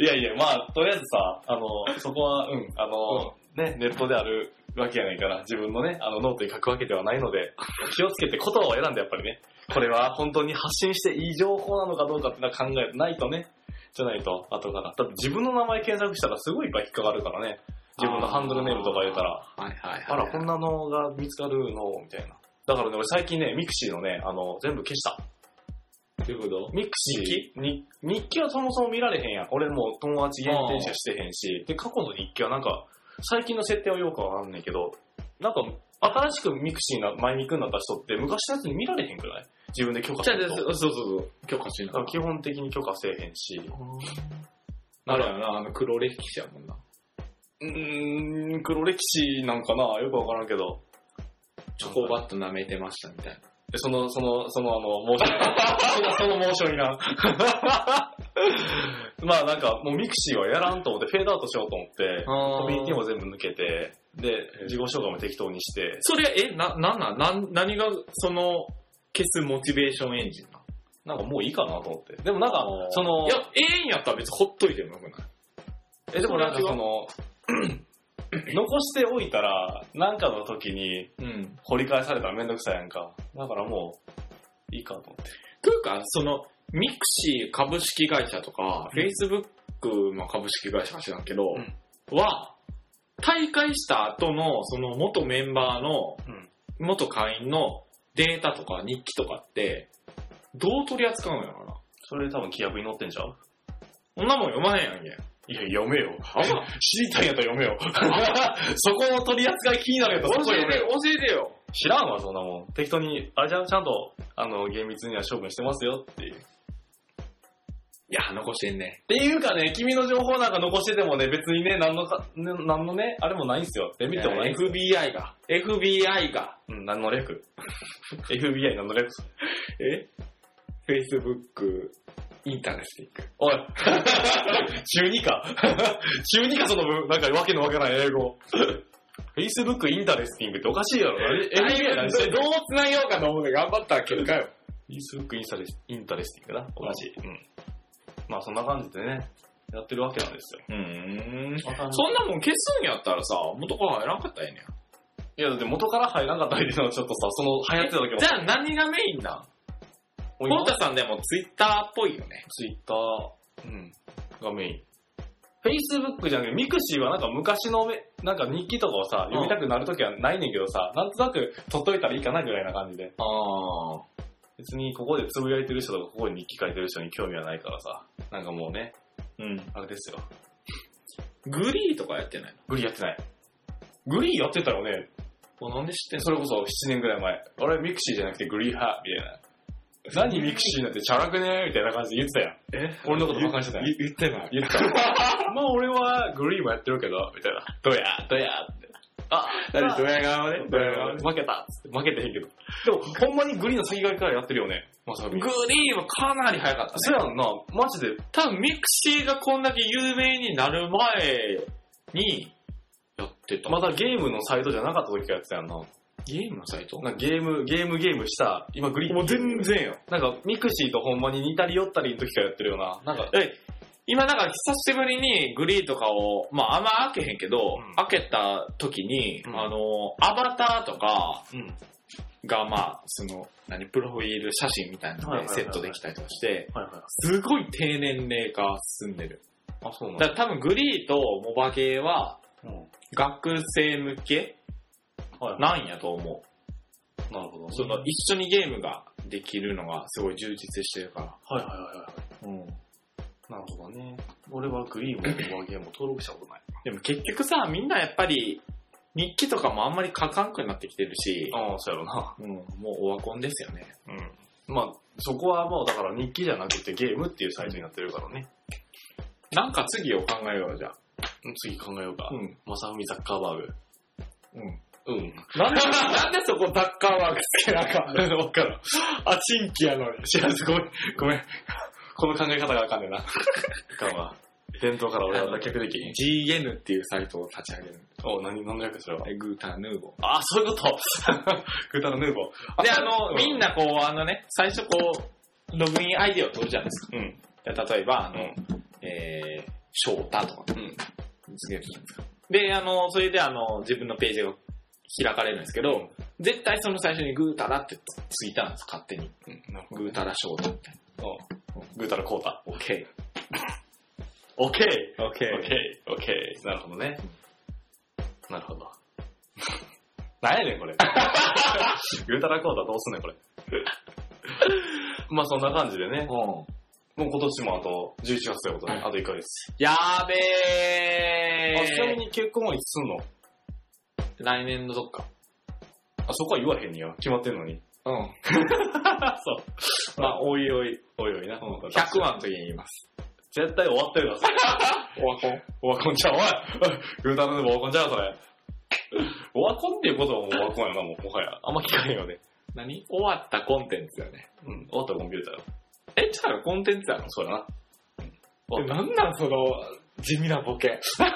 いやいや、まあ、とりあえずさ、あの、そこは、うん、あの、ね、ネットであるわけやないから、自分のね、あの、ノートに書くわけではないので、気をつけて言葉を選んで、やっぱりね。これは本当に発信していい情報なのかどうかってのは考えてないとね、じゃないと、後から。だって自分の名前検索したらすごいいっぱい引っかかるからね。自分のハンドルネームとか入れたら。はいはいはい。あら、こんなのが見つかるのみたいな。だからね、俺最近ね、ミクシーのね、あの、全部消した。ということミクシー日記に日記はそもそも見られへんやん。俺もう友達限定しかしてへんし。で、過去の日記はなんか、最近の設定はよくわかんないけど、なんか、新しくミクシーな、マイミクになった人って昔のやつに見られへんくない自分で許可じせゃあんとそうそうそう。許可しだから基本的に許可せえへんし。あれやな、あの黒歴史やもんな。うーん、黒歴史なんかなよくわからんけど。チョコバット舐めてましたみたいな。でその、その、その、あの、モーション。その、そのモーションいらん。まあなんか、もうミクシーはやらんと思って、フェードアウトしようと思って、コミュニティも全部抜けて、で、自己紹介も適当にして、それ、え、な、なんなんなん何が、その、消すモチベーションエンジンななんかもういいかなと思って。でもなんかあー、そのい、や、ええんやったら別にほっといてもよくないえ、でもなんかその、残しておいたら、なんかの時にうん。掘り返されたらめんどくさいやんか。だからもう、いいかと思って。というか、その、ミクシー株式会社とか、うん Facebook の株式会社か知らんけど、うんは、大会した後の、その元メンバーの、うん元会員のデータとか日記とかって、どう取り扱うのやろな。それ多分規約に載ってんじゃんそんなもん読まへんやんけ。いや、読めよ。あんま知りたいんやったら 読めよ。そこの取り扱い気になるやったらそこ教え読めて、よ。教えてよ。知らんわ、そんなもん。適当に、あれじゃん、ちゃんと、あの、厳密には処分してますよっていう。っいや、残してんね。ていうかね、君の情報なんか残しててもね、別にね、なんのか、ね、なんのね、あれもないんすよ。デメリットもないんすよ。 FBI が。FBI が。うん、何の略 ?FBI 何の略え ?Facebook、インターネスティック。おい。 中二か。 中二か、その分、なんかわけのわからない英語。Facebook インターネスティングっておかしいやろ。FBI 何してんのどう繋げようかと思うて頑張った結果よ。 Facebook インスタレスインタレスティングな、同じ。うん。まあそんな感じでね、やってるわけなんですよ。うん。そそんなもん消すんやったらさ、元から入らんかったらええねや。いや、だって元から入らなかったりっていうのはちょっとさ、その流行ってただけじゃあ何がメインだも、コウタさんでもツイッターっぽいよね。 Twitter、うん、がメイン。Facebook じゃなくて、ミクシーはなんか昔のめ、なんか日記とかをさ、読みたくなるときはないねんけどさ、なんとなく取っといたらいいかなぐらいな感じで。ああ。別にここでつぶやいてる人とか、ここに日記書いてる人に興味はないからさ、なんかもうね、うん。あれですよ。グリーとかやってないグリーやってない。グリーやってたよね。のなんで知ってんそれこそ7年ぐらい前。俺ミクシーじゃなくてグリーハーみたいな。何ミクシーなんてチャラくねーみたいな感じで言ってたやん。え俺のこと馬鹿にしてたやん。言ってない。言ってた。 まあ俺はグリーもやってるけど、みたいな。どうや、どうやって。あ、何ドヤ顔ね。どうや、負けたっつって負けてへんけど。でもほんまにグリーの先側からやってるよね。まさみ。グリーはかなり早かったね。そうやんな、マジで。多分ミクシーがこんだけ有名になる前にやってた。まだゲームのサイトじゃなかった時からやってたやんな。ゲームのサイトなんかゲーム、ゲームゲームした、今グリー。然よ。なんかミクシーとほんまに似たり寄ったりの時からやってるよな。なんか、え今なんか久しぶりにグリーとかを、まああんま開けへんけど、うん開けた時に、うんあの、アバターとかうん。がまあ、その、何、プロフィール写真みたいなはいのはでいはいはセいットできたりとかして、はいはい。すごい低年齢化進んでる。あ、そうなんだから多分グリーとモバゲーはうん学生向けはいなんやと思う。なるほど。そのはい一緒にゲームができるのがすごい充実してるから。はいはいはい。うん。なるほどね。俺はグリーンもバーゲームも登録したことない。でも結局さ、みんなやっぱり日記とかもあんまり書かんくなってきてるし、ああ、そうやろな。うん、もうオワコンですよね。うん。まあ、そこはもうだから日記じゃなくてゲームっていうサイトになってるからね。なんか次を考えようじゃあうん次考えようかう。ん。まさふみザッカーバーグ。うん。うん。なんで、なんでそこダッカーワークつけなあかんのわかる。あ、新規やのに。知らず、ごめん。ごめん。この考え方があかんねんな。あかんわ。伝統から俺は脱却でき ひん。 GN っていうサイトを立ち上げる。おう、何、何の略それは。グーターヌーボー。あ、そういうことグータのヌーボー。で、あの、みんなな、こう、あのね、最初こう、ログイン ID を取るじゃないですうん。か。で例えば、あうの、ん。えー、翔太とか、うん。実現するんですか。で、あの、それであの、自分のページが開かれるんですけど、絶対その最初にグータラってついたんです、勝手に。うん。なるほグータラ翔太みたいな。ど。おうグータのコータ。オッケオッケーー。オッケオッケーオッケーなるほどね。なる ほど。なんやねん、これ。グータラコータどうすんねん、これ。まあそんな感じでね。うん。もう今年もあと11月ということで、あと1ヶ月。やーべえあ、ちなみに結婚はいつすんの来年のどっか。あ、そこは言わへんにや。決まってんのに。うん。そう。まあ、おいおい。おいおいな。100 100話の時に言います。絶対終わってるな、それ。オワコンオワコンちゃ う、おい グータラでもオワコンちゃう、それ。オワコンっていうことはもうオワコンやな、もう、もはや。あんま聞かへんよね。何終わったコンテンツだよね。うん、終わったらコンピューターよ。え、じゃあコンテンツやろそうやな。うんなんなんその、地味なボケ。ま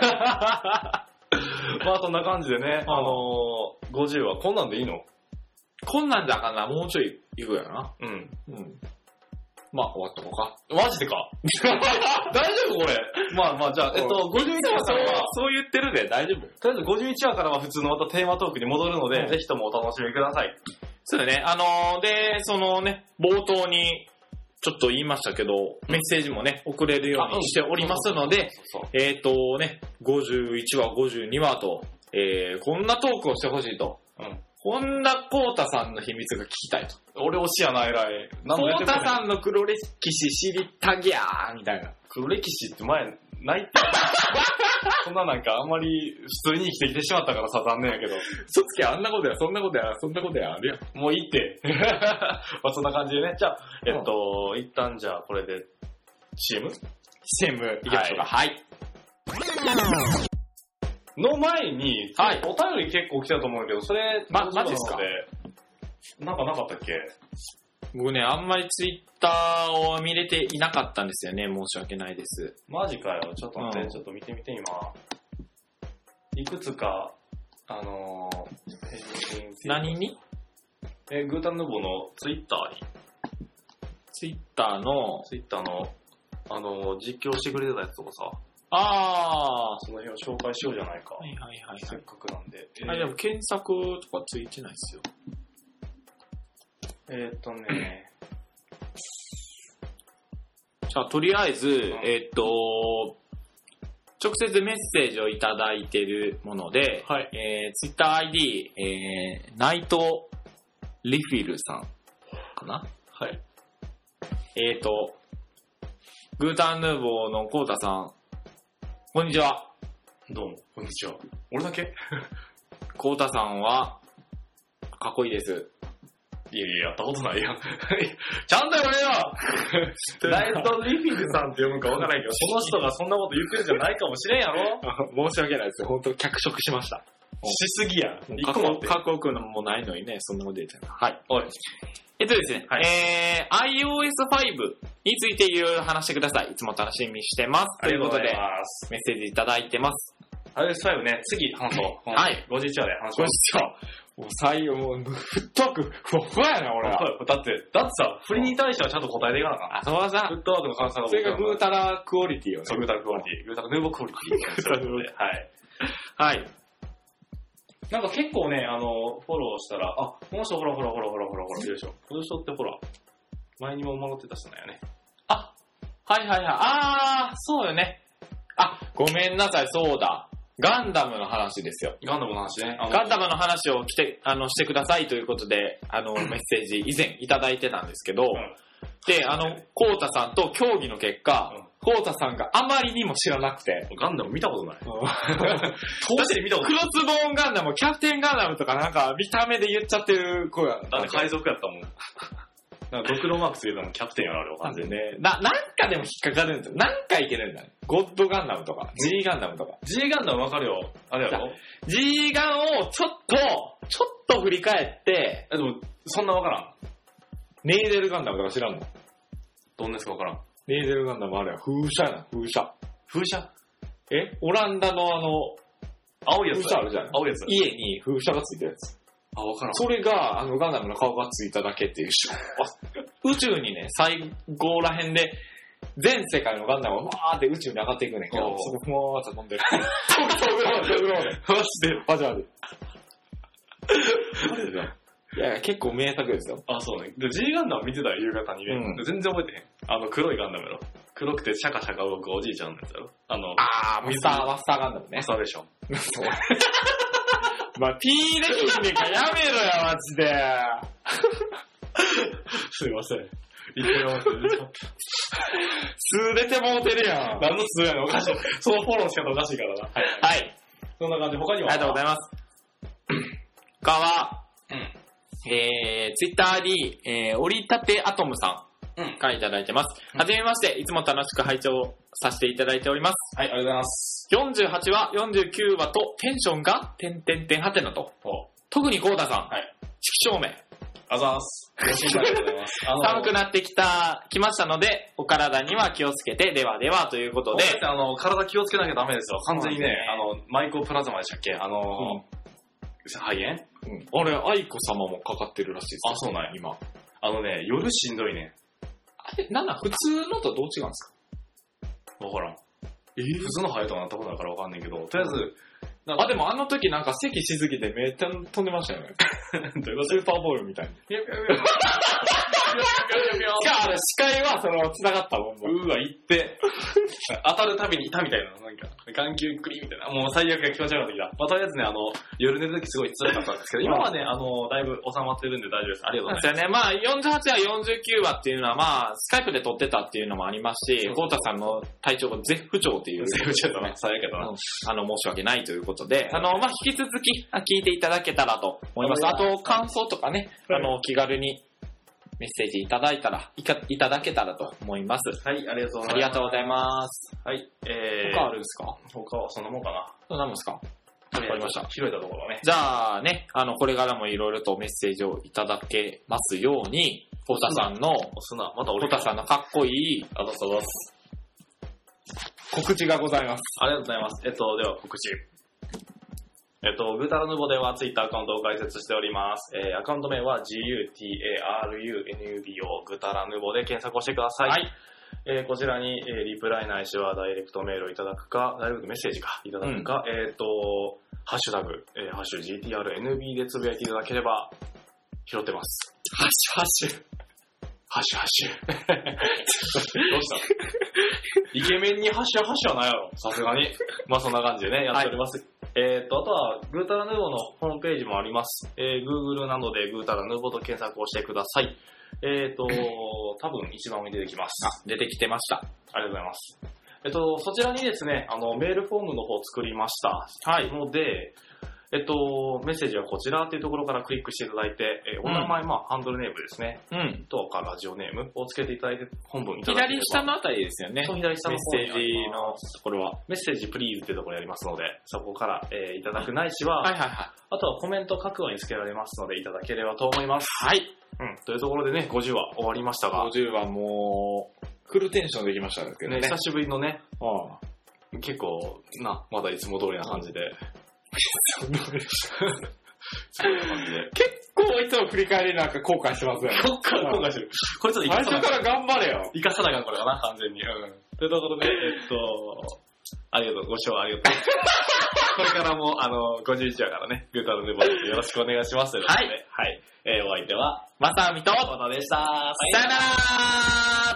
あそんな感じでね、あのー、50はこんなんでいいのこんなんじゃあかんな、もうちょいいくやな。うん。うん。まあ、終わっとこうか。マ ジでか大丈夫これ。まあまあじゃあ、えっと、51話からは、そう言ってるで大丈夫とりあえず51話からは普通のまたテーマトークに戻るので、うんぜひともお楽しみください。そうだね。あのーで、そのね、冒頭に、ちょっと言いましたけど、メッセージもね、送れるようにしておりますので、そうそう。えっ、とね、51話、52話と、えー、こんなトークをしてほしいと。うんこんなコータさんの秘密が聞きたいと。俺推しやな、偉い。なんコもやってーくれへんタさんの黒歴史知りたぎゃーみたいな。黒歴史って前、ないって。 そんななんかあんまり普通に生きてきてしまったからさ、残念やけど。嘘つきあんなことや、そんなことや、そんなことや、あるやん。もういいって。 まあそんな感じでね。じゃあ、えっと、一旦じゃあこれで CM? CM いきましょうか。はい。の前に、はいお便り結構来たと思うんだけど、それ、まどうなマのジっすかなんかなかったっけ僕ね、あんまりツイッターを見れていなかったんですよね。申し訳ないです。マジかよ。ちょっと待っうて、んちょっと見てみて、今。いくつか、あのー、ペンギン何にえ、グータンヌーボーのツイッターに、ツイッターの、ツイッターの、あのー、実況してくれてたやつとかさ、あー。その辺を紹介しようじゃないか。はいはいはいはせっい。かくなんで。あ、でも検索とかついてないですよ。えーえーっとね、じゃあ、とりあえず、んえっと、直接メッセージをいただいてるもので、はい。えー、TwitterID、えー、ナイト・リフィルさんかなはい。えーと、グータンヌーボーのコウタさん、こんにちは。どうも、こんにちは。俺だけコウタさんは、かっこいいです。いやいや、やったことないやん。ちゃんとやれよ ライト・リフィルさんって読むかわからないけど、その人がそんなこと言ってるんじゃないかもしれんやろ 申し訳ないです。本当脚色しました。しすぎや。か一っ個こ待って。かっこよくのもないのにね、そんなこと言ってたはい。おい。えっとですね、はいえー、iOS5 についていろいろ話してください。いつも楽しみにしてます。ということで、ます。メッセージいただいてます。 iOS5 ね、次話そう。はい。 51話で話しご視ます。聴。もう採用、もう、フットワーク、ふわふわやな、俺は。はいだって、だってさ、振りに対してはちゃんと答えていかなあかん。あ、そうださフットワークの感想がそれがグータラクオリティよそうね。グータルクオリティ。グータルヌーボークオリティ。グータルヌーボーはい。はい。なんか結構ね、あの、フォローしたら、あ、この人ほらほらほらほらほらほら、よいしょ。この人ってほら、前にも守ってた人なんやね。はいはいはい。あー、そうよね。あ、ごめんなさい、そうだ。ガンダムの話ですよ。ガンダムの話ね。ガンダムムの話を来て、あの、してくださいということで、あの、メッセージ以前いただいてたんですけど、んで、あの、コウタさんと協議の結果うん、コウタさんがあまりにも知らなくて、ガンダム見たことない。ク当時で見たことない。ロスボーンガンダム、キャプテンガンダムとかなんか見た目で言っちゃってる子やだって海賊やったもん。なんかドクロマークス入れたのキャプテンやろ、あれは完完全全に。ね。な、なんかでも引っかかるんですよ。なんかいけないんだね。ゴッドガンダムとか、G ガンダムとか。 G ガンダムわかるよ。あれやろ G ガンをちょっと、ちょっと振り返って、え、でも、そんなわからん。ネーデルガンダムとか知らんのどんなやつかわからん。ネーデルガンダムあれは風車やな、風車。風車えオランダのあの、青いやつ風車あるじゃん青いやつ。家に風車がついてるやつ。あ、わからん。それが、あの、ガンダムの顔がついただけっていう人。 宇宙にね、最後ら辺で、全世界のガンダムがわーって宇宙に上がっていくねんけおどう、そこふわーって飛んでる。飛ぶろう、飛ぶろうね。マジで。マジマジ。あれだよいやいや、結構名作ですよ。あ、そうね。で、G ガンダム見てたよ、夕方にね。うん全然覚えてへん。あの、黒いガンダムやろ。黒くてシャカシャカ動くおじいちゃんのやつやろ。あの、あー、マスター、マスターガンダムねマ。サーベーション。まあ、P できんねんからやめろや、マジで。すいません。言ってもらっていいですか すれてもうてるやん。は何の通やねん、おかしい。そのフォローし方おかしいからな。はい。い。そんな感じ、他にはありがとうございます。他は、うんえー、ツイッターに、えー、折りたてアトムさんうんからいただいてます。はじめまして、いつも楽しく拝聴させていただいております。はい、ありがとうございます。 48話、49話とテンションが、てんてんてんはてなと。お特にコーダさん、はい色照明、ありがとうございます。よろしくお願いします。あの寒くなってきた、来ましたので、お体には気をつけて、ではではということで、で、あの、体気をつけなきゃダメですよ。完全にね、そあの、マイコプラズマでしたっけあの、肺炎あれ、愛子様もかかってるらしいであ、そうなんや、今。あのね、夜しんどいね。あれ、なんなん普通のとどう違うんですかわからん。え普通の肺炎とかなったことだからわかんないけど、とりあえず、あ、でもあの時なんか咳しすぎてめっちゃ飛んでましたよ ね。どういうこスーパーボールみたいに。とやぴょやぴょやしかもあれ、視界はその、繋がったもんぴょうわ、行って、当たるたびに痛みたいな、なんか、眼球クリーンみたいな、もう最悪が気持ち悪くなってきた。まあ、とりあえずね、あの、夜寝るときすごい辛かったんですけど、今はね、あの、だいぶ収まってるんで大丈夫です。ありがとうそうでござすいよね。まあ、48話、49話っていうのは、まあ、スカイプで撮ってたっていうのもありますしそう、ゴータさんの体調が絶不調っていうます。。セーフちゃったな、最悪やったな。あの、申し訳ないということで、あの、まあ、引き続き、あ聞いていただけたらと思います。あと、感想とかね、あの、気軽にメッセージいただいたら、いかいただけたらと思います。はい、ありがとうごあざりいまがとうございます。す。はい、えー、他あるんですか他はそんなもんかな。何なんですかわかりました拾えたところはね。じゃあね、あの、これからもいろいろとメッセージをいただけますように、コタさんの、押すな、まだコ俺タさんのかっこいいあざすあざす。告知がございます。ありがとうございます。えっと、では告知。えっと、グータラヌボではツイッターアカウントを開設しております。えーアカウント名は GUTARUNUBO グータラヌボで検索をしてください。はいえーこちらに、えーリプライないしはダイレクトメールをいただくか、ダイレクトメッセージか、いただくか、えっ、と、ハッシュタグ、えーハッシュ GTRNB でつぶやいていただければ、拾ってます。ハッシュハッシュ。ハッシュハッシュ。どうしたイケメンにハッシュハッシュはないやろ、さすがに。まあそんな感じでね、やっております。えーっと、あとは、グータラヌーボのホームページもあります。えー、Google などでグータラヌーボと検索をしてください。えーっと、多分一番上に出てきます。あ、出てきてました。ありがとうございます。えっと、そちらにですね、あの、メールフォームの方を作りました。はい。ので、えっと、メッセージはこちらっていうところからクリックしていただいて、えーお名前、まあ、ハンドルネームですね、うん。とかラジオネームをつけていただいて、本文いただけれ左ば下のあたりですよね。そう左下メのッ方にセージのところは。メッセージプリーズってところやりますので、そこから、えーいただくないしは、はいはいはあとはコメント各話につけられますので、いただければと思います。い。はい。うん。というところでね、50話終わりましたが、 50はもう、フルテンションできましたけどね、ね。久しぶりのね、ああ結構、な、まだいつも通りな感 じで。そういう感じで。結構いつも振り返りなんか後悔してますよね。こっから後悔してる。これちょっと最生かさな初から頑張れよ。生かさなあかんこれかな、完全に。うん。というところで、えっと、ありがとう、ご視聴ありが とう。これからも、あの、51話からね、グータのネボですよろしくお願いします。とうことでははい。えー、お相手は、まさみと、小田でした。さよなら